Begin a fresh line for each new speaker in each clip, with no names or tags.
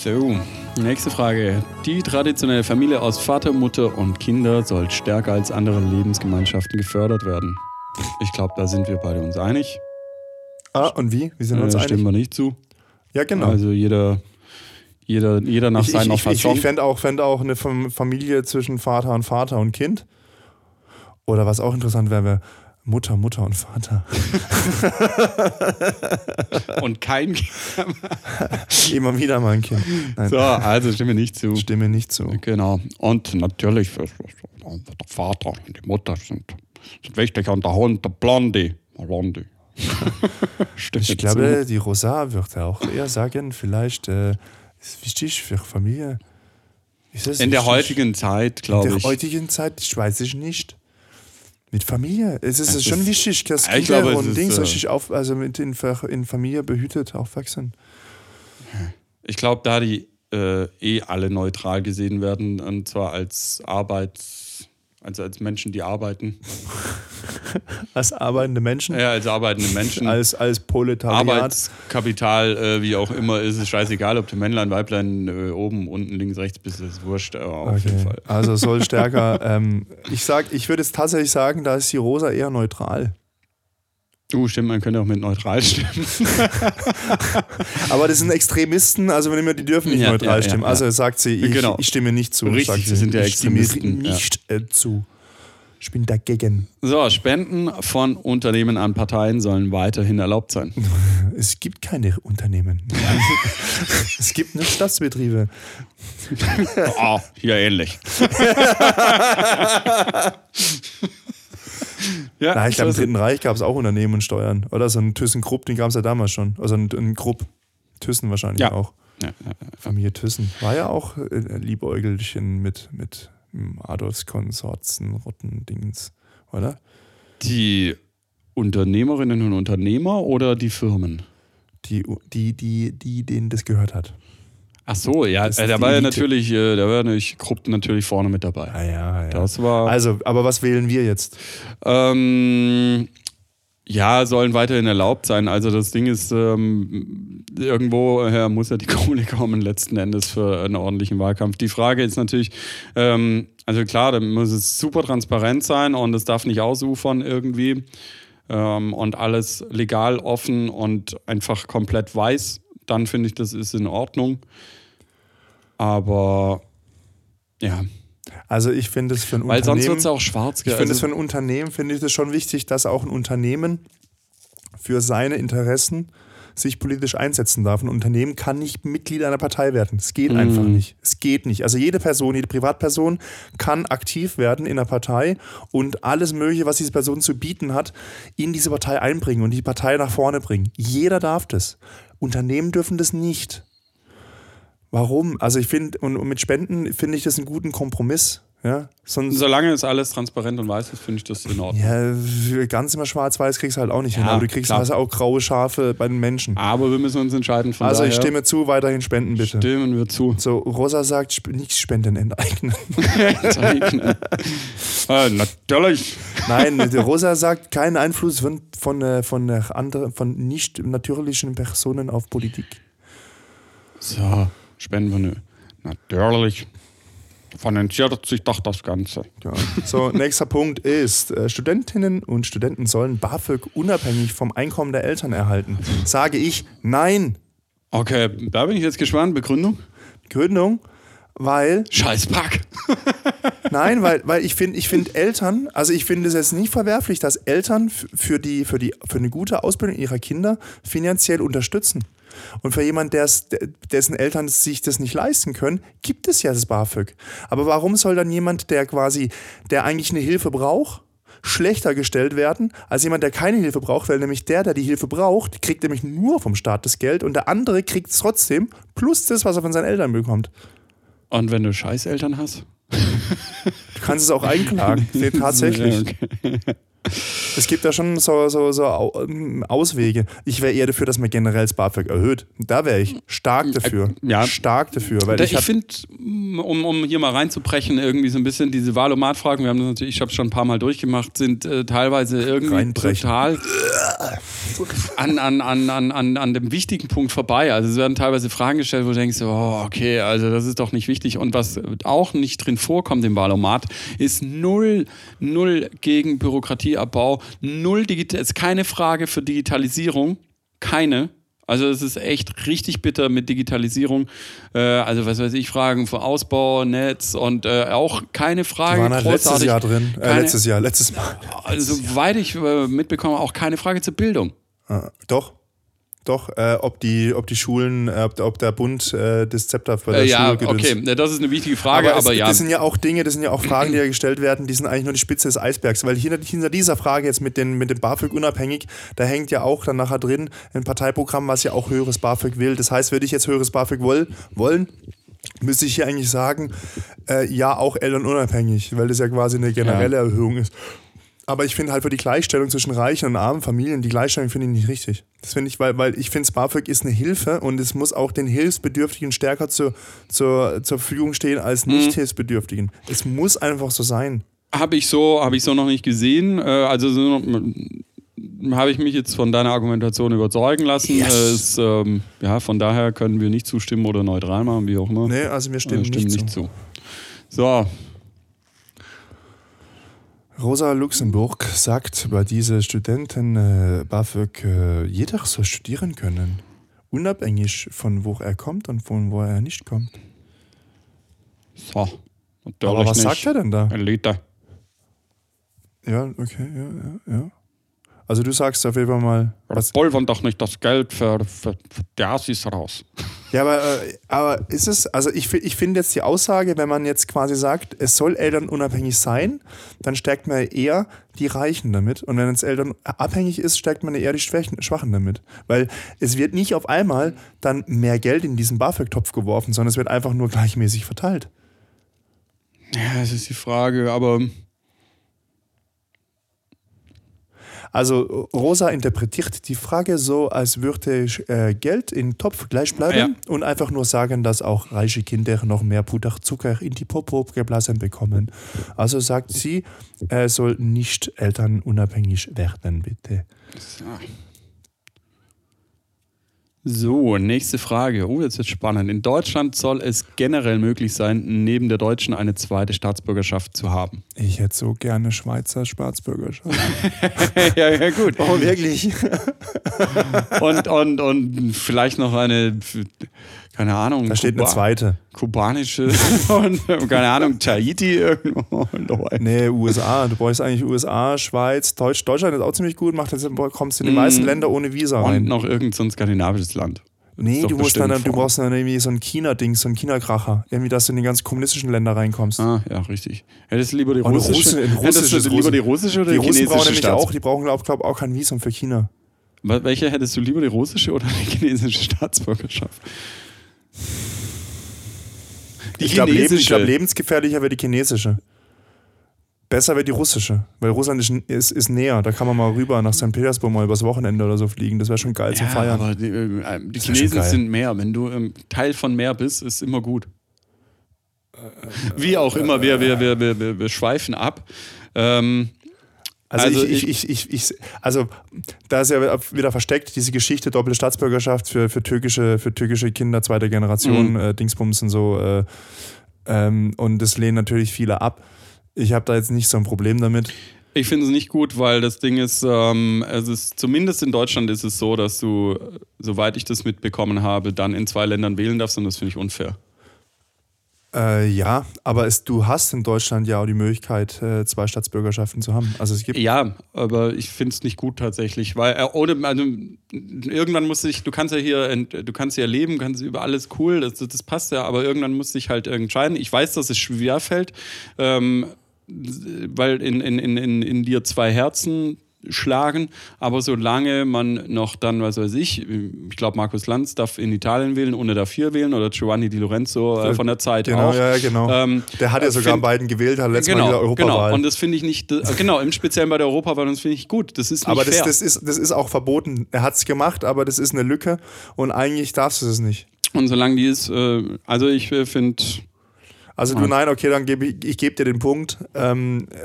So, nächste Frage. Die traditionelle Familie aus Vater, Mutter und Kinder soll stärker als andere Lebensgemeinschaften gefördert werden. Ich glaube, da sind wir beide uns einig.
Ah, und wie? Wir sind
Äh,
uns
da stimmen
einig.
wir nicht zu.
Ja, genau.
Also jeder, jeder, jeder nach
ich ich,
seinen
ich, ich,
Auffassungen.
ich fände auch, fänd auch eine Fam- Familie zwischen Vater und Vater und Kind. Oder was auch interessant wäre, wäre Mutter, Mutter und Vater.
und kein.
Immer wieder mal ein Kind. Nein,
So, also stimmen wir nicht zu.
stimme nicht zu.
Genau. Und natürlich der Vater und die Mutter sind, sind wichtig und der Hund, der Blondie. Blondie. Stimme
Ich glaube, die Rosa wird ja auch eher sagen, vielleicht äh, ist wichtig für Familie. Ist es
zu. in der
wichtig?
heutigen Zeit,
In
glaube
der
ich.
heutigen Zeit, ich weiß es nicht. Mit Familie. Es ist
Es
schon
ist-
wichtig, dass
Ich
Kinder
glaube, es
und
ist,
Dings
äh,
richtig auf, also mit in, Fa- in Familie behütet aufwachsen.
Ich glaube, da die äh, eh alle neutral gesehen werden, und zwar als Arbeits, also als Menschen, die arbeiten.
Als arbeitende Menschen,
Ja, als arbeitende Menschen.
als, als Proletariat.
Arbeitskapital, äh, wie auch immer, ist es scheißegal, ob du Männlein, Weiblein, äh, oben, unten, links, rechts bist, ist wurscht, aber auf jeden Fall.
Also soll stärker. ähm, ich sag, ich würde jetzt tatsächlich sagen, da ist die Rosa eher neutral.
Du, stimmt, man könnte auch mit neutral stimmen.
Aber das sind Extremisten, also wenn immer die dürfen nicht
Ja, ja,
neutral
ja,
stimmen.
ja.
Also sagt sie, ich,
Genau.
ich stimme nicht zu.
Richtig,
sagt sie.
sie sind ja
ich stimme
Extremisten, ja.
nicht äh, zu. Ich bin dagegen.
So, Spenden von Unternehmen an Parteien sollen weiterhin erlaubt sein.
Es gibt keine Unternehmen. es gibt nur Staatsbetriebe.
Ah, ja, ähnlich. ja,
Na, ich glaube, im
so ist
Dritten Reich gab es auch Unternehmen und Steuern. Oder so ein ThyssenKrupp, den gab es ja damals schon. Also ein, ein Krupp. Thyssen wahrscheinlich
Ja.
auch.
es. ja, ja.
Familie Thyssen. War ja auch äh, Liebäugelchen mit, mit dem Adolfskonsorten, Rottendings, oder?
Die Unternehmerinnen und Unternehmer oder die Firmen?
Die, die, die, die, denen das gehört hat.
Ach so, ja,
Das ist
äh, da
die
war ja
Elite.
natürlich, äh, da war natürlich Krupp natürlich vorne mit dabei.
Ah ja, ja.
Das war.
also, aber was wählen wir jetzt?
Ähm, ja, sollen weiterhin erlaubt sein. Also das Ding ist, ähm, irgendwoher muss ja die Kohle kommen letzten Endes für einen ordentlichen Wahlkampf. Die Frage ist natürlich, ähm, also klar, da muss es super transparent sein und es darf nicht ausufern irgendwie ähm, und alles legal, offen und einfach komplett weiß. Dann finde ich, das ist in Ordnung. Aber ja,
Also ich finde es für ein
weil sonst wird
Unternehmen...
es auch schwarz.
Ich
gell?
finde es
Also-
für ein Unternehmen, finde ich das schon wichtig, dass auch ein Unternehmen für seine Interessen sich politisch einsetzen darf. Ein Unternehmen kann nicht Mitglied einer Partei werden. Es geht einfach nicht. Es geht nicht. Also jede Person, jede Privatperson kann aktiv werden in einer Partei und alles Mögliche, was diese Person zu bieten hat, in diese Partei einbringen und die Partei nach vorne bringen. Jeder darf das. Unternehmen dürfen das nicht. Warum? Also ich finde, und, und mit Spenden finde ich das einen guten Kompromiss. Ja? Sonst,
Solange es alles transparent und weiß ist, finde ich das in Ordnung.
Ja, ganz immer schwarz-weiß kriegst du halt auch nicht hin,
Ja,
aber du kriegst
klar.
hast ja auch graue Schafe bei den Menschen.
Aber wir müssen uns entscheiden. Von
also ich
daher
stimme zu, weiterhin spenden bitte.
stimmen wir zu.
So, Rosa sagt, sp- nichts spenden, enteignen.
äh, natürlich.
Nein, die Rosa sagt, kein Einfluss von, von, äh, von, äh, andere, von nicht natürlichen Personen auf Politik.
So, spenden wir nö. Natürlich. Finanziert sich doch das Ganze.
Ja. So, nächster Punkt ist, äh, Studentinnen und Studenten sollen BAföG unabhängig vom Einkommen der Eltern erhalten. Sage ich, nein.
Okay, da bin ich jetzt gespannt. Begründung?
Gründung, weil
Scheiß Pack.
Nein, weil, weil ich finde, ich finde Eltern, also ich finde es jetzt nicht verwerflich, dass Eltern f- für, die, für, die, für eine gute Ausbildung ihrer Kinder finanziell unterstützen. Und für jemanden, der's- de- dessen Eltern sich das nicht leisten können, gibt es ja das BAföG. Aber warum soll dann jemand, der quasi, der eigentlich eine Hilfe braucht, schlechter gestellt werden als jemand, der keine Hilfe braucht, weil nämlich der, der die Hilfe braucht, kriegt nämlich nur vom Staat das Geld und der andere kriegt es trotzdem plus das, was er von seinen Eltern bekommt.
Und wenn du Scheißeltern hast?
Du kannst es auch einklagen. Nee, tatsächlich.
Ja, okay.
Es gibt da schon so, so, so Au- ähm, Auswege. Ich wäre eher dafür, dass man generell das BAföG erhöht. Da wäre ich stark dafür.
Äh, ja.
Stark dafür. Weil
Da-
ich
ich
hab,
finde, um, um hier mal reinzubrechen, irgendwie so ein bisschen diese Wahlomat-Fragen, wir haben das natürlich, ich habe es schon ein paar Mal durchgemacht, sind äh, teilweise irgendwie
Reinbrechen.
total an, an, an, an, an, an dem wichtigen Punkt vorbei. Also es werden teilweise Fragen gestellt, wo du denkst, oh, okay, also das ist doch nicht wichtig. Und was auch nicht drin vorkommt im Wahlomat, ist null, null gegen Bürokratieabbau, null digital, ist keine Frage für Digitalisierung, keine. Also es ist echt richtig bitter mit Digitalisierung. Äh, also was weiß ich, Fragen für Ausbau, Netz und äh, auch keine Frage.
die waren halt letztes
großartig-
Jahr drin. Äh,
keine-
letztes Jahr, letztes Mal.
also, soweit ich äh, mitbekomme, auch keine Frage zur Bildung.
Ah, doch. Doch, äh, ob, die, ob die Schulen, äh, ob, ob der Bund äh, das Zepter bei der
Äh, ja,
Schule gedünst.
okay, ne, das ist eine wichtige Frage, aber,
es,
ja.
Das sind ja auch Dinge, das sind ja auch Fragen, die ja gestellt werden, die sind eigentlich nur die Spitze des Eisbergs. Weil hinter, hinter dieser Frage jetzt mit, den, mit dem BAföG unabhängig, da hängt ja auch dann nachher drin ein Parteiprogramm, was ja auch höheres BAföG will. Das heißt, würde ich jetzt höheres BAföG woll, wollen, müsste ich hier eigentlich sagen, äh, ja, auch Eltern unabhängig, weil das ja quasi eine generelle Erhöhung ist. Aber ich finde halt für die Gleichstellung zwischen reichen und armen Familien, die Gleichstellung finde ich nicht richtig. Das finde ich, weil, weil ich finde, das BAföG ist eine Hilfe und es muss auch den Hilfsbedürftigen stärker zur, zur, zur Verfügung stehen als Nicht-Hilfsbedürftigen. Es muss einfach so sein.
Habe ich, so, hab ich so noch nicht gesehen. Äh, also so, mm, habe ich mich jetzt von deiner Argumentation überzeugen lassen.
Yes.
Äh, ist, ähm, ja, von daher können wir nicht zustimmen oder neutral machen, wie auch immer.
Nee, also wir
Äh,
stimmen,
stimmen
nicht,
nicht
zu.
zu. So,
Rosa Luxemburg sagt, über diese Studenten äh, BAföG äh, jeder soll studieren können. Unabhängig von wo er kommt und von wo er nicht kommt.
so.
Aber was sagt er denn da?
Ein Liter.
Ja, okay, ja, ja, ja. Also du sagst auf jeden Fall mal, was,
Polvern doch nicht das Geld für, für, für die Assis raus.
Ja, aber, äh, aber ist es, also ich, fi- ich finde jetzt die Aussage, wenn man jetzt quasi sagt, es soll elternunabhängig sein, dann stärkt man eher die Reichen damit. Und wenn es elternabhängig ist, stärkt man eher die Schwächen, Schwachen damit. Weil es wird nicht auf einmal dann mehr Geld in diesen BAföG-Topf geworfen, sondern es wird einfach nur gleichmäßig verteilt.
Ja, das ist die Frage, aber
Also Rosa interpretiert die Frage so, als würde äh, Geld im Topf gleich bleiben und einfach nur sagen, dass auch reiche Kinder noch mehr Puderzucker in die Popo geblasen bekommen. Also sagt sie, äh, soll nicht elternunabhängig werden, bitte.
Ah. So, nächste Frage. Oh, jetzt wird spannend. In Deutschland soll es generell möglich sein, neben der deutschen eine zweite Staatsbürgerschaft zu haben.
Ich hätte so gerne Schweizer Staatsbürgerschaft.
ja, ja, gut.
Oh, wirklich?
Und, und, und vielleicht noch eine, keine Ahnung,
Da steht eine
Kuba-
zweite.
kubanische und keine Ahnung, Tahiti irgendwo.
Nee, USA. Du brauchst eigentlich USA, Schweiz, Deutsch. Deutschland ist auch ziemlich gut, macht jetzt, kommst in die meisten Länder ohne Visa rein.
Und noch irgendein so ein skandinavisches Land.
Nee,
Ist doch
du, musst dann,
bestimmt
du
vor.
brauchst dann irgendwie so ein China-Ding, so ein China-Kracher. Irgendwie, dass du in die ganzen kommunistischen Länder reinkommst.
Ah, ja, richtig. Hättest du lieber die
Und
russische?
Russen- in
hättest
russisches
du lieber
Russen-
die russische oder
die
die,
Russen brauchen
chinesische
nämlich
Staats-
auch, die brauchen, glaube glaub, auch kein Visum für China.
Wel- Welche hättest du lieber, die russische oder die chinesische Staatsbürgerschaft? Die
Ich glaube, leb, ich glaub, lebensgefährlicher wäre die chinesische. Besser wäre die russische, weil Russland ist, ist, ist näher. Da kann man mal rüber nach St. Petersburg mal übers Wochenende oder so fliegen. Das wäre schon geil zum
ja,
Feiern.
aber die, äh, die
schon
Chinesen
geil.
sind mehr. Wenn du ähm, Teil von mehr bist, ist immer gut. Wie auch immer, wir, wir, wir, wir, wir, wir schweifen ab. Ähm,
Also,
Also
ich, ich, ich, ich, ich, also da ist ja wieder versteckt diese Geschichte doppelte Staatsbürgerschaft für, für, türkische, für türkische Kinder zweiter Generation,
Mhm.
äh, Dingsbums und so. Äh, ähm, und das lehnen natürlich viele ab. Ich habe da jetzt nicht so ein Problem damit.
Ich finde es nicht gut, weil das Ding ist, ähm, es ist, zumindest in Deutschland ist es so, dass du, äh, soweit ich das mitbekommen habe, dann in zwei Ländern wählen darfst und das finde ich unfair.
Äh, ja, aber es, du hast in Deutschland ja auch die Möglichkeit, äh, zwei Staatsbürgerschaften zu haben. Also es gibt.
Ja, aber ich finde es nicht gut tatsächlich, weil äh, ohne, also irgendwann muss ich, du kannst ja hier, ent- du kannst ja leben, kannst über alles cool, das, das passt ja, aber irgendwann muss ich halt entscheiden. Ich weiß, dass es schwer fällt, ähm, weil in, in, in, in, in dir zwei Herzen schlagen. Aber solange man noch dann, was weiß ich, ich glaube, Markus Lanz darf in Italien wählen und er darf hier wählen oder Giovanni Di Lorenzo äh, von der Zeit
Genau,
auch.
ja, ja, genau.
Ähm,
der hat ja
äh,
sogar
find-
Biden gewählt, hat letztes Mal wieder
Genau,
Europawahl.
genau. Und das finde ich nicht, das, genau, im Speziellen bei der Europawahl, das finde ich gut. Das ist nicht
aber das,
fair.
das, ist, das ist auch verboten. Er hat es gemacht, aber das ist eine Lücke und eigentlich darfst du es nicht.
Und solange die ist, äh, also ich äh, finde,
Also du, nein, okay, dann gebe ich, ich gebe dir den Punkt, ähm, äh,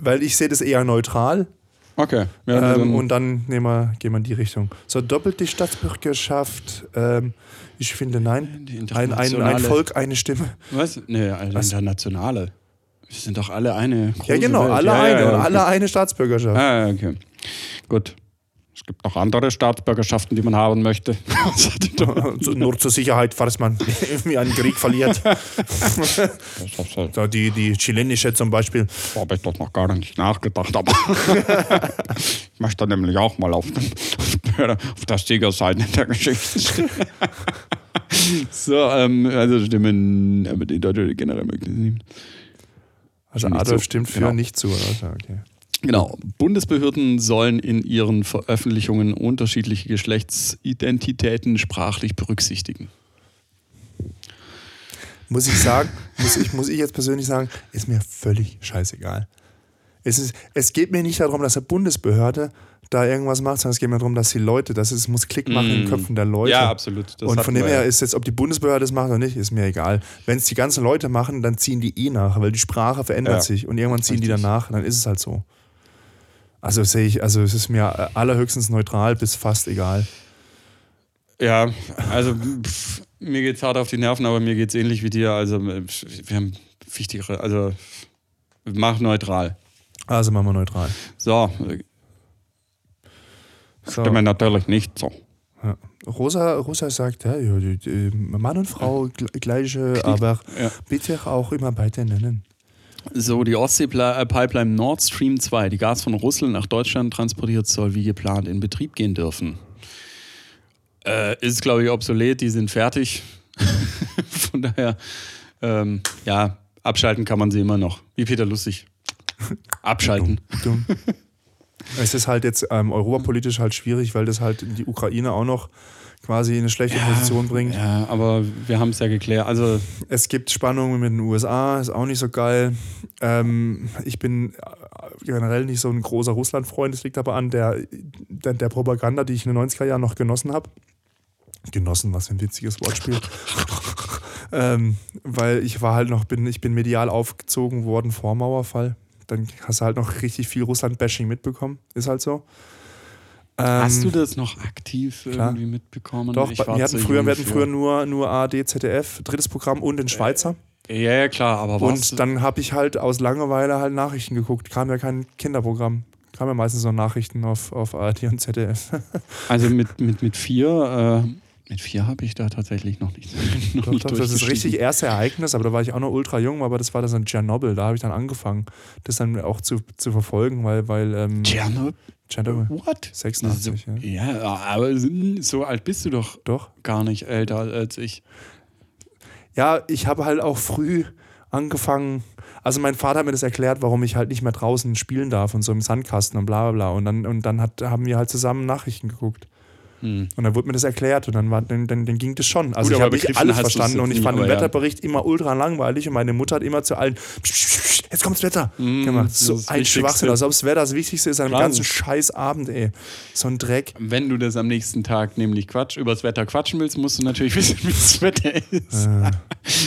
weil ich sehe das eher neutral
okay. Wir haben so
ähm,
ein-
und dann nehmen wir, gehen wir in die Richtung. So, doppelte Staatsbürgerschaft, ähm, ich finde nein,
Die
ein, ein, ein
internationale-
Volk, eine Stimme.
was? Nee, also internationale. Wir sind doch alle eine.
Ja
große
genau,
Welt.
alle
ja,
eine,
ja, ja,
alle eine Staatsbürgerschaft.
Ah, okay. Gut. Es gibt noch andere Staatsbürgerschaften, die man haben möchte. Das hat die doch-
Zu- Nur zur Sicherheit, falls man irgendwie einen Krieg verliert.
das hab ich-
So, die, die chilenische zum Beispiel.
da habe ich doch noch gar nicht nachgedacht, aber ich möchte nämlich auch mal auf, dem, auf der Siegerseite der Geschichte stehen. so, ähm, also Stimmen, aber die Deutsche generell mögen nicht.
Also
Nicht
Adolf
zu.
stimmt für
Genau.
nicht zu. Oder? so, Okay.
Genau. Bundesbehörden sollen in ihren Veröffentlichungen unterschiedliche Geschlechtsidentitäten sprachlich berücksichtigen.
Muss ich sagen, muss ich, muss ich jetzt persönlich sagen, ist mir völlig scheißegal. Es, ist, es geht mir nicht darum, dass eine Bundesbehörde da irgendwas macht, sondern es geht mir darum, dass die Leute, dass es muss Klick machen in den Köpfen der Leute.
Mm. Ja, absolut. Das
Und
hatten
von dem
wir ja.
her ist jetzt, ob die Bundesbehörde das macht oder nicht, ist mir egal. Wenn es die ganzen Leute machen, dann ziehen die eh nach, weil die Sprache verändert
Ja.
sich und irgendwann ziehen die
Richtig.
danach, dann ist es halt so. Also sehe ich, also es ist mir äh, allerhöchstens neutral bis fast egal.
Ja, also pff, mir geht's hart auf die Nerven, aber mir geht's ähnlich wie dir. Also pff, wir haben wichtigere, also mach neutral.
Also machen wir neutral.
So,
So.
stimme natürlich nicht so.
Ja. Rosa, Rosa sagt, ja, ja, die- die Mann und Frau gl- gleiche, aber
Ja.
bitte auch immer beide nennen.
So, die Ostsee-Pipeline Nord Stream 2, die Gas von Russland nach Deutschland transportiert, soll wie geplant in Betrieb gehen dürfen. Äh, ist, glaube ich, obsolet, die sind fertig. von daher, ähm, ja, abschalten kann man sie immer noch. Wie Peter Lustig. Abschalten.
Dumm. es ist halt jetzt ähm, europapolitisch halt schwierig, weil das halt die Ukraine auch noch quasi in eine schlechte Position bringt. Ähm,
Ja, aber wir haben es ja geklärt. Also,
Es gibt Spannungen mit den USA, ist auch nicht so geil. Ähm, ich bin äh, generell nicht so ein großer Russland-Freund. Es liegt aber an der, der, der Propaganda, die ich in den 90er Jahren noch genossen habe. Genossen, was für ein witziges Wortspiel. ähm, weil ich war halt noch, bin, ich bin medial aufgezogen worden vor Mauerfall. Dann hast du halt noch richtig viel Russland-Bashing mitbekommen. Ist halt so. Ähm,
hast du das noch aktiv
klar.
irgendwie mitbekommen?
doch,
Ich war
wir hatten
zu
früher,
jung
wir hatten
für- Äh.
früher nur, nur ARD, ZDF, drittes Programm und den Schweizer.
Ja, ja, klar, aber was?
Und dann habe ich halt aus Langeweile halt Nachrichten geguckt. Kam ja kein Kinderprogramm. Kam ja meistens so Nachrichten auf, auf ARD und ZDF.
Also mit, mit, mit vier, äh, mit vier habe ich da tatsächlich noch nicht. Noch
Doch,
nicht
doch, das ist
durchgestiegen.
richtig erste Ereignis, aber da war ich auch noch ultra jung, aber das war das in Tschernobyl. Da habe ich dann angefangen, das dann auch zu, zu verfolgen, weil, weil ähm,
Tschernobyl?
Tschernobyl.
What?
86,
Also,
ja.
ja. aber so alt bist du doch
Doch.
gar nicht älter als ich.
Ja, ich habe halt auch früh angefangen. Also mein Vater hat mir das erklärt, warum ich halt nicht mehr draußen spielen darf und so im Sandkasten und bla bla bla. Und dann, und dann hat, haben wir halt zusammen Nachrichten geguckt. Und dann wurde mir das erklärt und dann, war, dann, dann, dann ging das schon.
Hm. Gut,
Also ich
aber
habe nicht
begriffen
alles
hast du's
verstanden
jetzt
und ich
nie,
fand den
aber ja.
Wetterbericht immer ultra langweilig und meine Mutter hat immer zu allen "Psch, psch, psch, psch, jetzt kommt's Wetter gemacht.
Hm, das
So
ist das
ein
Wichtigste.
Schwachsinn, Also als ob das Wetter das Wichtigste ist an einem
Klar.
ganzen Scheißabend, ey. So ein Dreck.
Wenn du das am nächsten Tag nämlich Quatsch, übers Wetter quatschen willst, musst du natürlich wissen, wie das Wetter ist.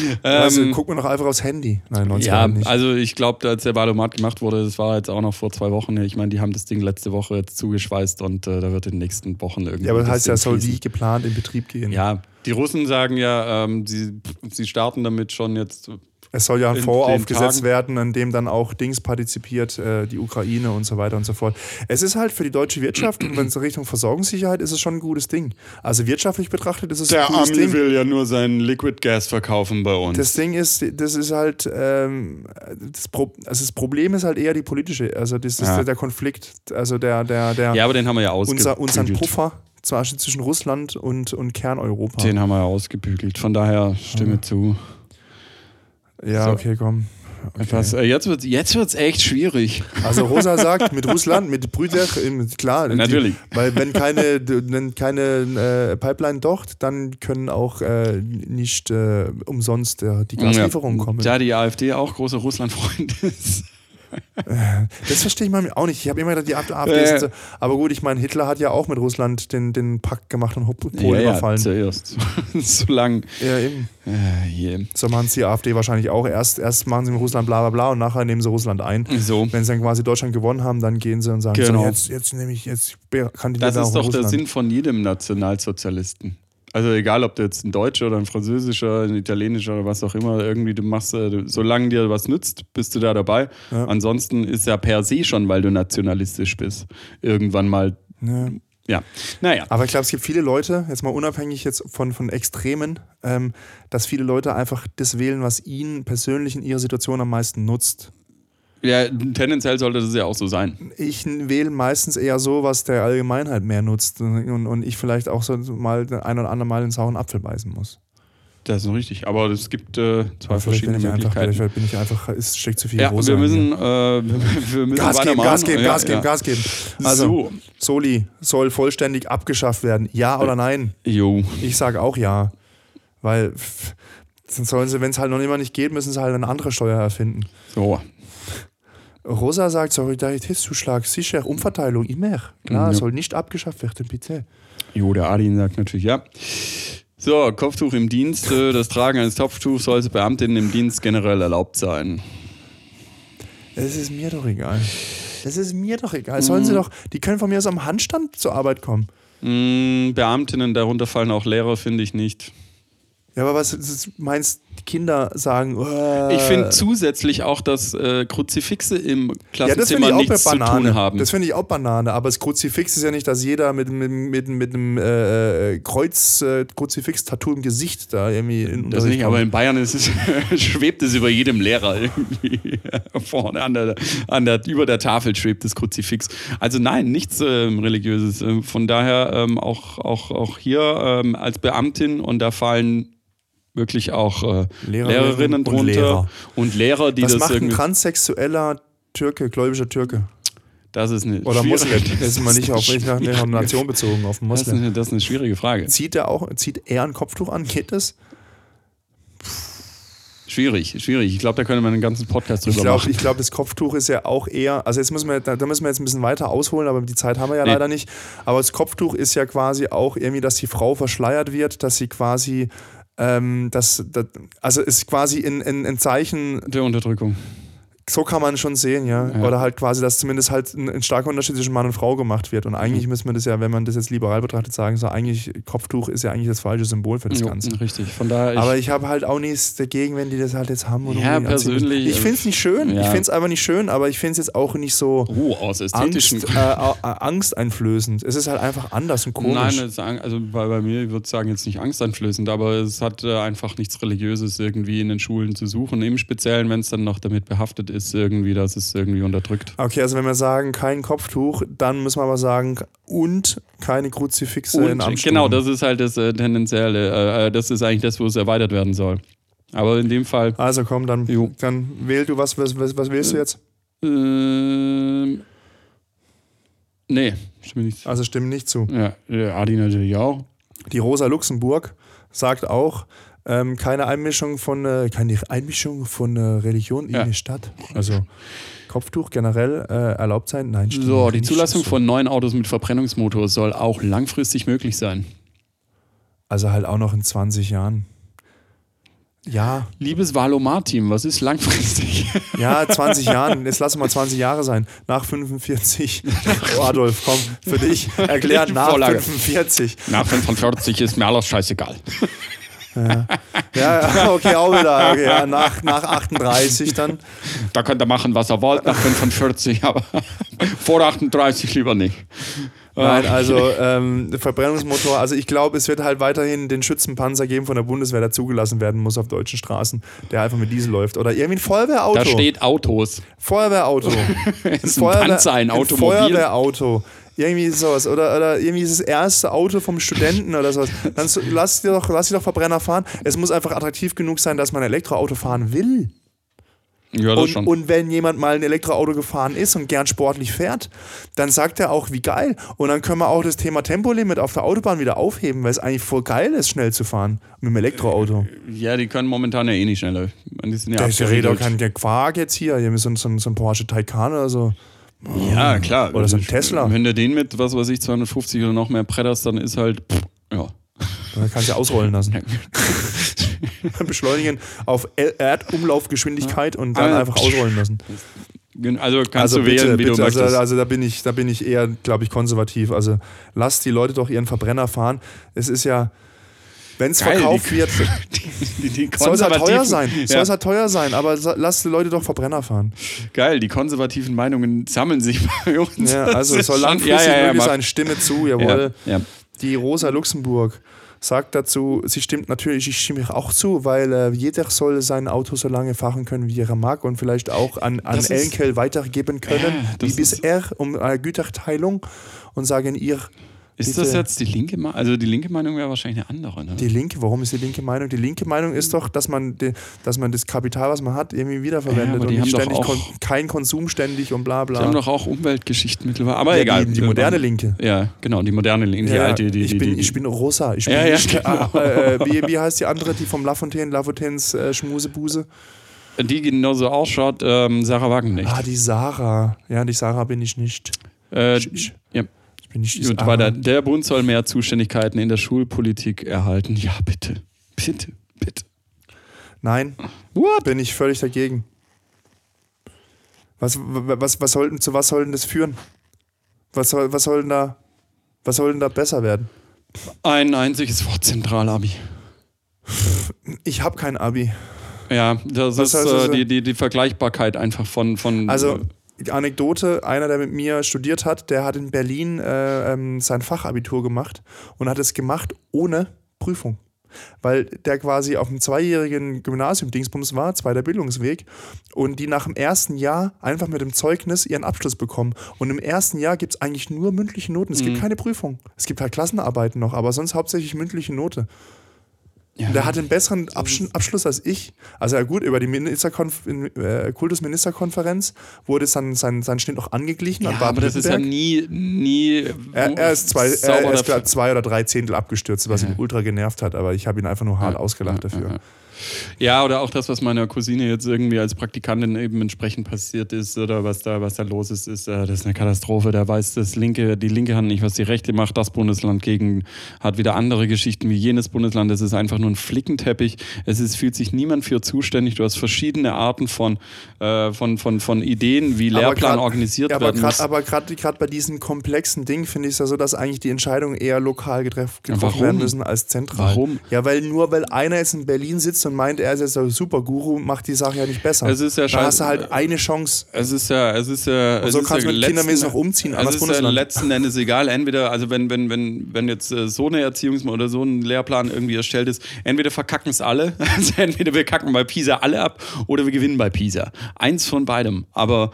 Ähm,
also guck mir doch einfach aufs Handy. Nein, 90
Ja,
nicht.
also ich glaube, als der Valomat gemacht wurde, das war jetzt auch noch vor zwei Wochen. Ich meine, die haben das Ding letzte Woche jetzt zugeschweißt und äh, da wird in den nächsten Wochen irgendwie.
ja, aber das heißt ja,
Ding
es soll
fließen.
wie geplant in Betrieb gehen.
Ja, die Russen sagen ja, ähm, sie, sie starten damit schon jetzt.
Es soll ja ein
in
Fonds
den
aufgesetzt
Tagen.
werden, an dem dann auch Dings partizipiert, äh, die Ukraine und so weiter und so fort. Es ist halt für die deutsche Wirtschaft und wenn es in Richtung Versorgungssicherheit ist, ist es schon ein gutes Ding. Also wirtschaftlich betrachtet ist es ein gutes Ding.
will ja nur seinen Liquid Gas verkaufen bei uns.
Das Ding ist, das ist halt, ähm, das, Pro also das Problem ist halt eher die politische, also das ist
Ja.
der Konflikt, also der, der, der,
ja, aber den haben wir ja ausgebügelt.
unser, unseren Puffer zum Beispiel zwischen Russland und, und Kerneuropa. Ah,
Den haben wir ja ausgebügelt. Von daher stimme zu.
Ja,
So.
okay, komm.
Was, äh, jetzt wird es jetzt wird's echt schwierig.
Also Rosa sagt, mit Russland, mit Brüder, ähm, klar.
Natürlich.
Die, weil wenn keine, wenn keine äh, Pipeline dort, dann können auch äh, nicht äh, umsonst äh, die Gaslieferungen kommen.
Da die AfD auch großer Russlandfreund ist.
Das verstehe ich mal auch nicht. Ich habe immer gedacht, die AfD ist so. Aber gut, ich meine, Hitler hat ja auch mit Russland den, den Pakt gemacht und hat Polen überfallen.
zuerst. so lang.
Ja, eben.
Äh, je.
So machen sie die AfD wahrscheinlich auch. Erst, erst machen sie mit Russland bla bla bla und nachher nehmen sie Russland ein.
So.
Wenn sie dann quasi Deutschland gewonnen haben, dann gehen sie und sagen,
Genau.
so, jetzt, jetzt nehme ich, jetzt kandidiere
Das
ich auch
ist
in
doch der
Russland.
Sinn von jedem Nationalsozialisten. Also egal, ob du jetzt ein Deutscher oder ein Französischer, ein Italienischer oder was auch immer, irgendwie du machst, äh, du- solange dir was nützt, bist du da dabei. Ansonsten ist ja per se schon, weil du nationalistisch bist, irgendwann mal,
Ja.
ja. Naja,
Aber ich glaube, es gibt viele Leute, jetzt mal unabhängig jetzt von, von Extremen, ähm, dass viele Leute einfach das wählen, was ihnen persönlich in ihrer Situation am meisten nutzt.
ja, tendenziell sollte das ja auch so sein.
Ich wähle meistens eher so, was der Allgemeinheit mehr nutzt und, und ich vielleicht auch so mal den ein oder anderen Mal den sauren Apfel beißen muss.
Das ist noch richtig, aber es gibt äh, zwei
Vielleicht bin
verschiedene
ich einfach,
Möglichkeiten.
vielleicht bin ich einfach, es steckt zu viel
Ja,
Rose
wir
an mir.
müssen, äh, wir müssen
Gas geben,
weitermachen.
Gas geben,
ja,
Gas geben,
ja.
Gas geben. Also,
So.
Soli soll vollständig abgeschafft werden. Ja oder nein?
Jo.
Ich sage auch ja. Weil pff, sonst sollen sie, wenn es halt noch immer nicht geht, müssen sie halt eine andere Steuer erfinden.
So.
Rosa sagt, Solidaritätszuschlag, sicher, Umverteilung, immer. Klar,
Ja.
soll nicht abgeschafft werden, bitte.
Jo, der Adin sagt natürlich ja. So, Kopftuch im Dienst. äh, Das Tragen eines Kopftuchs sollte Beamtinnen im Dienst generell erlaubt sein.
Es ist mir doch egal. Es ist mir doch egal. Sollen sie doch, die können von mir aus am Handstand zur Arbeit kommen.
Mm, Beamtinnen, darunter fallen auch Lehrer, finde ich nicht.
Ja, aber was ist- ist- meinst die Kinder sagen, äh,
Ich finde zusätzlich auch, dass äh, Kruzifixe im
ja, das finde
Klassenzimmer
ich auch
nichts
bei
zu
Banane.
tun haben.
Das finde ich auch Banane. Aber das Kruzifix ist ja nicht, dass jeder mit, mit, mit, mit einem äh, Kreuz-Kruzifix-Tattoo im Gesicht da irgendwie in
Das
Unterricht
nicht, aber in Bayern ist es, schwebt es über jedem Lehrer irgendwie. Vorne an der, an der, über der Tafel schwebt das Kruzifix. Also nein, nichts ähm, Religiöses. Ähm, Von daher ähm, auch, auch, auch hier ähm, als Beamtin und da fallen wirklich auch äh,
Lehrerinnen
Lehrerinnen
und
drunter und Lehrer,
Lehrer.
die
Was
das
macht ein
irgendwie.
transsexueller Türke, gläubischer Türke?
Das ist eine
Oder Moslem?
schwierige-
Das ist mal nicht auf, nicht nach nicht auf Nation bezogen, auf einen
Das ist,
Moslem.
eine, das ist eine schwierige Frage.
Zieht er auch, zieht er ein Kopftuch an? Geht das?
Schwierig, schwierig. Ich glaube, da könnte man einen ganzen Podcast drüber
Ich glaube,
machen.
ich glaub, das Kopftuch ist ja auch eher, also jetzt müssen wir, da, da müssen wir jetzt ein bisschen weiter ausholen, aber die Zeit haben wir ja
Nee.
leider nicht. Aber das Kopftuch ist ja quasi auch irgendwie, dass die Frau verschleiert wird, dass sie quasi, ähm, dass, dass, also ist quasi in, in, ein Zeichen,
Der Unterdrückung.
so kann man schon sehen, ja. Oder halt quasi, dass zumindest halt ein, ein starker Unterschied zwischen Mann und Frau gemacht wird. Und eigentlich müssen wir das ja, wenn man das jetzt liberal betrachtet, sagen, so eigentlich, Kopftuch ist ja eigentlich das falsche Symbol für das
Jo,
Ganze.
richtig. Von daher ich-
Aber ich habe halt auch nichts dagegen, wenn die das halt jetzt haben. Und
Ja,
irgendwie anziehen müssen.
persönlich, äh,
Ich finde es nicht schön.
ja.
Ich finde es einfach nicht schön, aber ich finde es jetzt auch nicht so
Oh, aus
Angst,
ästhetischen
äh, au- äh, angsteinflößend. Es ist halt einfach anders und komisch.
Nein, es ist ang- also bei, bei mir würde ich sagen, jetzt nicht angsteinflößend, aber es hat äh, einfach nichts Religiöses irgendwie in den Schulen zu suchen. Im Speziellen, wenn es dann noch damit behaftet ist, irgendwie, dass es irgendwie unterdrückt.
okay, also wenn wir sagen, kein Kopftuch, dann müssen wir aber sagen, und keine Kruzifixe in
Und,
Amtsstuben.
genau, das ist halt das äh, Tendenzielle. Äh, äh, das ist eigentlich das, wo es erweitert werden soll. Aber in dem Fall,
Also komm, dann,
Jo. Äh.
dann wähl du, was, was, was, was wählst du jetzt?
ähm, nee, stimmt nicht.
Also stimmen nicht zu.
Ja, der Adi natürlich auch.
Die Rosa Luxemburg sagt auch, ähm, keine Einmischung von äh, keine Einmischung von äh, Religion in
Ja.
die Stadt. Also Kopftuch generell äh, erlaubt sein? Nein, stimmt
So, die
nicht
Zulassung
zu.
von neuen Autos mit Verbrennungsmotor soll auch langfristig möglich sein.
Also halt auch noch in 20 Jahren. Ja,
Liebes Valomar-Team, was ist langfristig?
ja, 20 Jahren. Jetzt lass mal 20 Jahre sein. Nach 45. Oh, Adolf, komm, für dich erklärt nach
Vorlage.
45.
Nach 45 ist mir alles scheißegal.
Ja, ja, okay, auch wieder. Okay, ja, nach, nach 38 dann.
Da könnt ihr machen, was ihr wollt, nach 45, aber vor 38 lieber nicht.
Nein,
Ah,
also ähm, Verbrennungsmotor. Also ich glaube, es wird halt weiterhin den Schützenpanzer geben von der Bundeswehr, der zugelassen werden muss auf deutschen Straßen, der einfach mit Diesel läuft. Oder irgendwie ein Feuerwehrauto.
Da steht Autos.
Feuerwehrauto. ein
Panzer, ein Automobil.
Feuerwehrauto. Irgendwie sowas. Oder, oder irgendwie ist das erste Auto vom Studenten oder sowas. Dann so, lass dir doch, lass dir doch Verbrenner fahren. Es muss einfach attraktiv genug sein, dass man ein Elektroauto fahren will.
Ja, das
und,
schon.
und wenn jemand mal ein Elektroauto gefahren ist und gern sportlich fährt, dann sagt er auch, wie geil. Und dann können wir auch das Thema Tempolimit auf der Autobahn wieder aufheben, weil es eigentlich voll geil ist, schnell zu fahren mit dem Elektroauto.
Ja, die können momentan ja eh nicht schneller. Die sind ja
Der Räder
abgeriegelt.
kann der Quark jetzt hier, hier so, ein- so, ein- so ein Porsche Taycan oder so.
Ja, klar.
Oder so ein
Wenn-
Tesla.
Wenn du den mit, was weiß ich, 250 oder noch mehr pretterst, dann ist halt, pff, ja.
Da kannst du ausrollen lassen. Beschleunigen auf El- Erdumlaufgeschwindigkeit und dann
Ah.
einfach ausrollen lassen.
Also kannst
Also
du
bitte,
wählen, wie
bitte,
du
also,
möchtest.
also da bin ich, da bin ich eher, glaube ich, konservativ. Also lasst die Leute doch ihren Verbrenner fahren. Es ist ja, wenn es
Geil,
verkauft
die-
wird,
die, die
soll es ja halt teuer
konservativen-
sein. Soll
Ja.
es ja teuer sein, aber sa- lasst die Leute doch Verbrenner fahren.
Geil, die konservativen Meinungen sammeln sich bei uns.
Ja, also es
Das
soll
ist schon-
langfristig
ja, ja, ja,
möglich
mach-
sein. Stimme zu, jawohl.
Ja, ja.
Die Rosa Luxemburg sagt dazu, sie stimmt natürlich, ich stimme ihr auch zu, weil äh, jeder soll sein Auto so lange fahren können, wie er mag und vielleicht auch an, an
Das ist-
Ellenkel weitergeben können,
Ja, das
wie
ist-
bisher, um eine Güterteilung und sagen ihr,
Ist
bitte-
das jetzt die linke Meinung? Also die linke Meinung wäre wahrscheinlich eine andere. Ne?
die Linke, warum ist die linke Meinung? Die linke Meinung ist doch, dass man, de, dass man das Kapital, was man hat, irgendwie
Ja,
wiederverwendet
aber
und
die
nicht
haben
ständig
doch
kon
auch-
kein Konsum ständig und bla bla.
Die haben doch auch Umweltgeschichten mittlerweile. Aber
Ja,
egal.
die, die moderne Linke.
Ja, genau, die moderne Linke. Die
Ja,
alte, die,
ich,
die,
bin,
die,
ich bin Rosa. Ich bin
Ja, ja,
nicht,
genau.
äh, äh, wie, wie heißt die andere, die vom Lafontaine, Lafontaines äh, Schmusebuse?
die genauso ausschaut, ähm, Sarah Wagenknecht.
Ah, die Sarah. Ja, die Sarah bin ich nicht.
äh,
ich- ich-
ja.
Ich ah, bin nicht die
Gut,
Sarah.
weiter. Der Bund soll mehr Zuständigkeiten in der Schulpolitik erhalten. Ja, bitte. Bitte, bitte.
Nein,
What?
bin ich völlig dagegen. Was, was, was sollten, zu was soll denn das führen? Was soll, was soll denn da, was soll denn da besser werden?
Ein einziges Wort Zentralabi.
Ich habe kein Abi.
Ja, das
Was
ist
heißt das?
äh, die, die, die Vergleichbarkeit einfach von. von äh,
Also, die Anekdote: Einer, der mit mir studiert hat, der hat in Berlin äh, ähm, sein Fachabitur gemacht und hat es gemacht ohne Prüfung. Weil der quasi auf dem zweijährigen Gymnasium Dingsbums war, zweiter Bildungsweg, und die nach dem ersten Jahr einfach mit dem Zeugnis ihren Abschluss bekommen. Und im ersten Jahr gibt es eigentlich nur mündliche Noten. Es gibt keine Prüfung. Es gibt halt Klassenarbeiten noch, aber sonst hauptsächlich mündliche Note.
ja.
Der hat einen besseren Absch- Abschluss als ich. Also ja gut, über die Ministerkonf in, äh, Kultusministerkonferenz wurde sein, sein, sein Schnitt noch angeglichen an
ja, aber das ist ja
Baden-Württemberg.
nie. nie
Er, er ist, zwei, er,
sauber
er ist
dafür-
glaub, zwei oder drei Zehntel abgestürzt, was ihn ultra genervt hat, aber ich habe ihn einfach nur hart ausgelacht dafür.
Ja, oder auch das, was meiner Cousine jetzt irgendwie als Praktikantin eben entsprechend passiert ist oder was da, was da los ist, ist, äh, das ist eine Katastrophe. Da weiß das linke, die linke Hand nicht, was die rechte macht. Das Bundesland gegen hat wieder andere Geschichten wie jenes Bundesland. Es ist einfach nur ein Flickenteppich. Es ist, fühlt sich niemand für zuständig. Du hast verschiedene Arten von, äh, von, von, von Ideen, wie
Aber
Lehrplan
grad-
organisiert
ja, aber
werden
grad-
muss.
Aber gerade bei diesem komplexen Ding finde ich es ja so, dass eigentlich die Entscheidungen eher lokal getreff, getroffen
warum?
werden müssen als zentral.
Warum?
Ja, weil nur weil einer jetzt in Berlin sitzt und meint, er ist jetzt der Superguru, macht die Sache ja nicht besser.
Es ist ja
da hast du
scheiß-
halt eine Chance.
Es ist ja, es ist ja. es
so
ist
kannst
ja
du mit
letzten-
kindermäßig noch umziehen,
Es
anders
ist ja
Bundesland.
letzten Endes egal. Entweder, also wenn, wenn, wenn, wenn jetzt äh, so eine Erziehungs- oder so ein Lehrplan irgendwie erstellt ist, entweder verkacken es alle, also entweder wir kacken bei Pisa alle ab oder wir gewinnen bei Pisa. Eins von beidem. Aber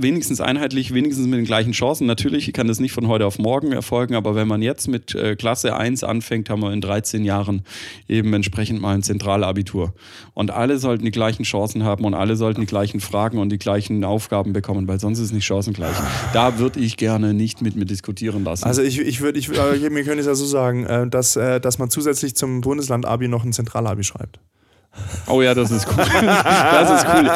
wenigstens einheitlich, wenigstens mit den gleichen Chancen. Natürlich kann das nicht von heute auf morgen erfolgen, aber wenn man jetzt mit äh, Klasse 1 anfängt, haben wir in 13 Jahren eben entsprechend mal ein Zentralabitur. Und alle sollten die gleichen Chancen haben und alle sollten die gleichen Fragen und die gleichen Aufgaben bekommen, weil sonst ist nicht chancengleich. Da würde ich gerne nicht mit mir diskutieren lassen.
Also ich, ich würde, ich, äh, mir könnte es ja so sagen, äh, dass, äh, dass man zusätzlich zum Bundesland-Abi noch ein Zentralabi schreibt.
oh ja, das ist cool. Das ist cool.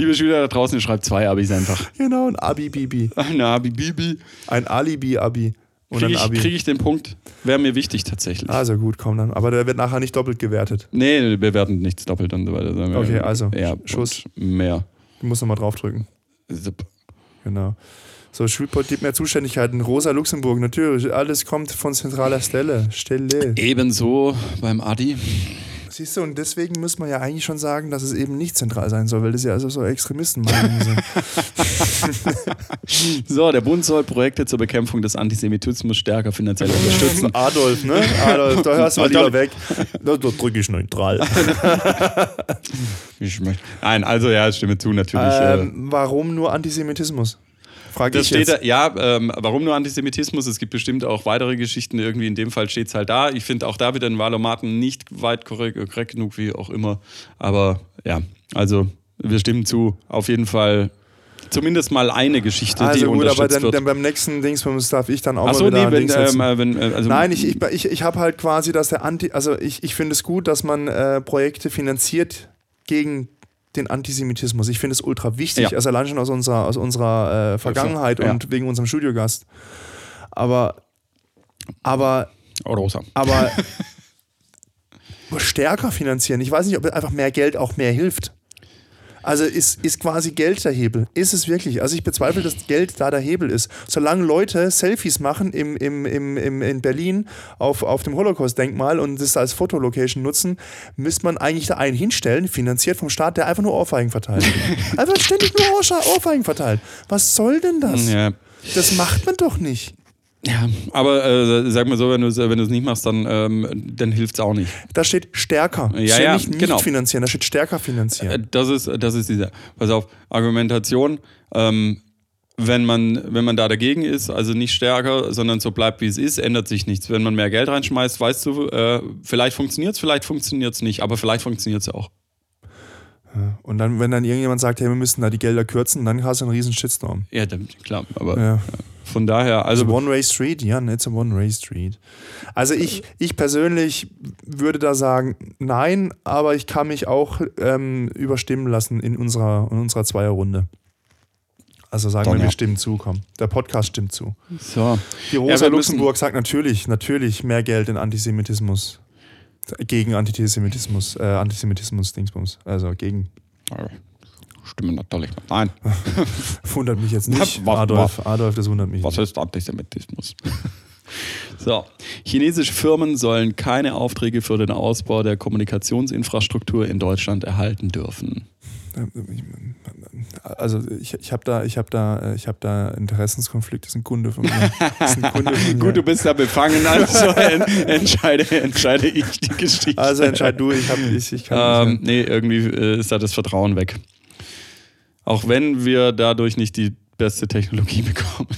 Liebe Schüler da draußen, ihr schreibt zwei Abis einfach.
Genau, ein Abi-Bibi.
Na, Abi, Bibi.
Ein Alibi-Abi. Und
Kriege
ein
ich,
Abi.
krieg ich den Punkt? Wäre mir wichtig tatsächlich.
Also gut, komm dann. Aber der wird nachher nicht doppelt gewertet.
Nee, wir werden nichts doppelt und so weiter. sondern wir-
Okay, also,
Ja,
Schuss.
und Mehr.
Ich muss nochmal draufdrücken.
Zip.
Genau. So, Schulpott gibt mehr Zuständigkeiten. Rosa Luxemburg, natürlich. Alles kommt von zentraler Stelle. Stelle.
Ebenso beim Adi.
Siehst du, und deswegen muss man ja eigentlich schon sagen, dass es eben nicht zentral sein soll, weil das ja also so Extremistenmeinungen sind.
So, der Bund soll Projekte zur Bekämpfung des Antisemitismus stärker finanziell unterstützen.
Adolf, ne? Adolf, da hörst du mal lieber weg. Da, da drücke ich neutral.
Ich möchte- Nein, also ja, stimme zu natürlich. äh,
Ähm, warum nur Antisemitismus? Frage
das
ich jetzt.
steht da, ja, ähm, warum nur Antisemitismus? Es gibt bestimmt auch weitere Geschichten. Irgendwie in dem Fall steht es halt da. Ich finde auch da wieder den Wahlomaten nicht weit korrekt, korrekt genug, wie auch immer. Aber ja, also Wir stimmen zu. Auf jeden Fall zumindest mal eine Geschichte, die
Also gut,
unterstützt
aber dann,
wird.
dann beim nächsten Dings darf ich dann auch
Achso,
mal wieder
nee,
ein
wenn,
Dings
ähm,
setzen.
äh, wenn, äh, also
Nein, ich, ich, ich, ich habe halt quasi, dass der Anti, also ich, ich finde es gut, dass man äh, Projekte finanziert gegen den Antisemitismus. Ich finde es ultra wichtig,
Ja.
also allein schon aus unserer, aus unserer äh, Vergangenheit
Ja.
und wegen unserem Studiogast. Aber, aber,
Oh, Rosa.
aber stärker finanzieren. Ich weiß nicht, ob einfach mehr Geld auch mehr hilft. Also ist, ist quasi Geld der Hebel. Ist es wirklich? Also ich bezweifle, dass Geld da der Hebel ist. Solange Leute Selfies machen im, im, im, im, in Berlin auf, auf dem Holocaust-Denkmal und das als Fotolocation nutzen, müsste man eigentlich da einen hinstellen, finanziert vom Staat, der einfach nur Ohrfeigen verteilt. einfach ständig nur Ohrsch- Ohrfeigen verteilt. Was soll denn das?
Ja.
Das macht man doch nicht.
ja, aber äh, sag mal so, wenn du es wenn du's nicht machst, dann, ähm, dann hilft es auch nicht.
Da steht stärker.
Ja,
steht
ja,
nicht, nicht
genau.
finanzieren, da steht stärker finanzieren.
Äh, Das ist, das ist dieser, pass auf, Argumentation, ähm, wenn man, wenn man da dagegen ist, also nicht stärker, sondern so bleibt, wie es ist, ändert sich nichts. Wenn man mehr Geld reinschmeißt, weißt du, äh, vielleicht funktioniert es, vielleicht funktioniert es nicht, aber vielleicht funktioniert es auch. Äh,
Und dann, wenn dann irgendjemand sagt, hey, wir müssen da die Gelder kürzen, dann hast du einen riesen Shitstorm.
Ja, dann- klar, aber
Ja.
von daher, also
Also One-Way Street, ja, it's a One-Way Street. Also ich, ich persönlich würde da sagen, nein, aber ich kann mich auch ähm, überstimmen lassen in unserer, in unserer Zweierrunde. Also sagen wir,
Donner.
wir stimmen zu, komm. Der Podcast stimmt zu.
so.
Die Rosa
wir müssen-
Luxemburg sagt natürlich, natürlich mehr Geld in Antisemitismus. Gegen Antisemitismus, äh, Antisemitismus-Dingsbums. Also gegen.
Stimmen natürlich. Nein,
Wundert mich jetzt nicht.
Was-
Adolf, Adolf, das wundert mich.
was ist Antisemitismus? So, chinesische Firmen sollen keine Aufträge für den Ausbau der Kommunikationsinfrastruktur in Deutschland erhalten dürfen.
Also ich, ich habe da, ich habe da, äh, ich habe da Interessenskonflikt. Das ist ein Kunde von mir. Das ist ein Kunde von mir.
Gut, du bist da befangen, also en entscheide, entscheide ich die Geschichte.
also entscheid du. Ich habe, ich, ich kann.
ähm, nee, irgendwie äh, ist da das Vertrauen weg. Auch wenn wir dadurch nicht die beste Technologie bekommen.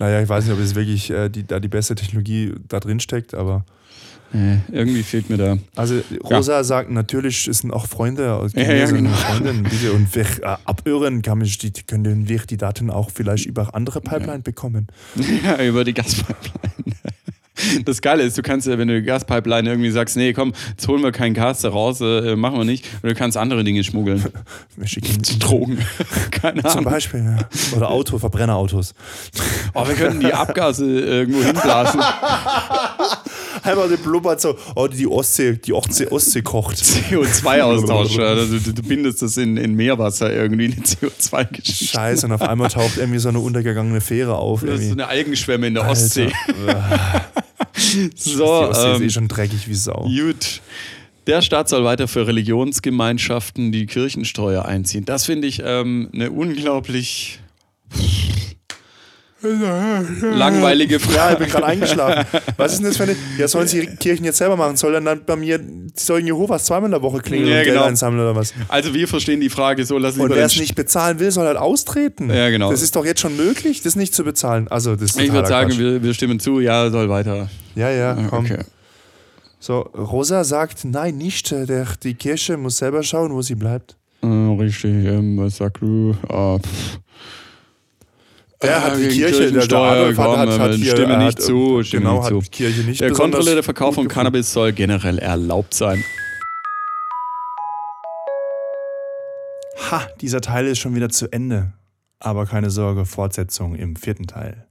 Naja, ich weiß nicht, ob es wirklich äh, die, da die beste Technologie da drin steckt, aber
Irgendwie fehlt mir da.
also Rosa sagt natürlich, es sind auch Freunde, also aus
Ja, ja,
Chinesen und
genau.
Freundinnen, bitte und wir, äh, abirren kann mich, die können wir die Daten auch vielleicht über andere Pipeline bekommen.
Ja, über die Gaspipeline. Das Geile ist, du kannst ja, wenn du die Gaspipeline irgendwie sagst, nee, komm, jetzt holen wir kein Gas da raus, äh, machen wir nicht, und du kannst andere Dinge schmuggeln.
Wir schicken
Drogen. Keine
zum
Ahnung.
Beispiel ja. oder Auto, Verbrennerautos.
Oh, wir könnten die Abgase äh, irgendwo hinblasen.
Einmal den blubbert so, oh, die Ostsee, die Ostsee, Ostsee kocht.
CO2-Austausch. ja. Also du, du bindest das in, in Meerwasser irgendwie, eine CO2-Geschichte.
Scheiße, und auf einmal taucht irgendwie so eine untergegangene Fähre auf.
Das ist so
Irgendwie.
eine Algenschwemme in der
Alter.
Ostsee.
Die
so,
Ostsee ist eh
ähm,
schon dreckig wie Sau.
gut. Der Staat soll weiter für Religionsgemeinschaften die Kirchensteuer einziehen. Das finde ich ähm, eine unglaublich langweilige
Ja, ich
Frage.
bin gerade eingeschlafen. Was ist denn das für eine. Ja, sollen sie die Kirchen jetzt selber machen? Soll dann, dann bei mir die Zeugen Jehovas zweimal in der Woche klingeln
Ja,
und
genau.
Geld einsammeln oder was?
Also wir verstehen die Frage so, lass
Und
lieber
wer
den
es nicht bezahlen will, soll halt austreten.
Ja, genau.
Das ist doch jetzt schon möglich, das nicht zu bezahlen. Also, das ist
Ich würde
totaler
sagen,
Quatsch.
wir, wir stimmen zu, ja, soll weiter.
Ja, ja, komm.
Okay.
So, Rosa sagt, nein, nicht. äh, Der, die Kirche muss selber schauen, wo sie bleibt.
Äh, richtig, ähm, was sagst du? Ah, pff.
Der hat die
Gegen
Kirche, der, der
Ah, Kirchensteuer,
Adolf hat,
komm, äh,
hat, hat hier,
stimme
er
nicht
hat,
zu, stimme
genau,
nicht zu.
hat die Kirche nicht
Der
besonders
kontrollierte Verkauf von
gut gefunden.
Cannabis soll generell erlaubt sein.
Ha, dieser Teil ist schon wieder zu Ende. Aber keine Sorge, Fortsetzung im vierten Teil.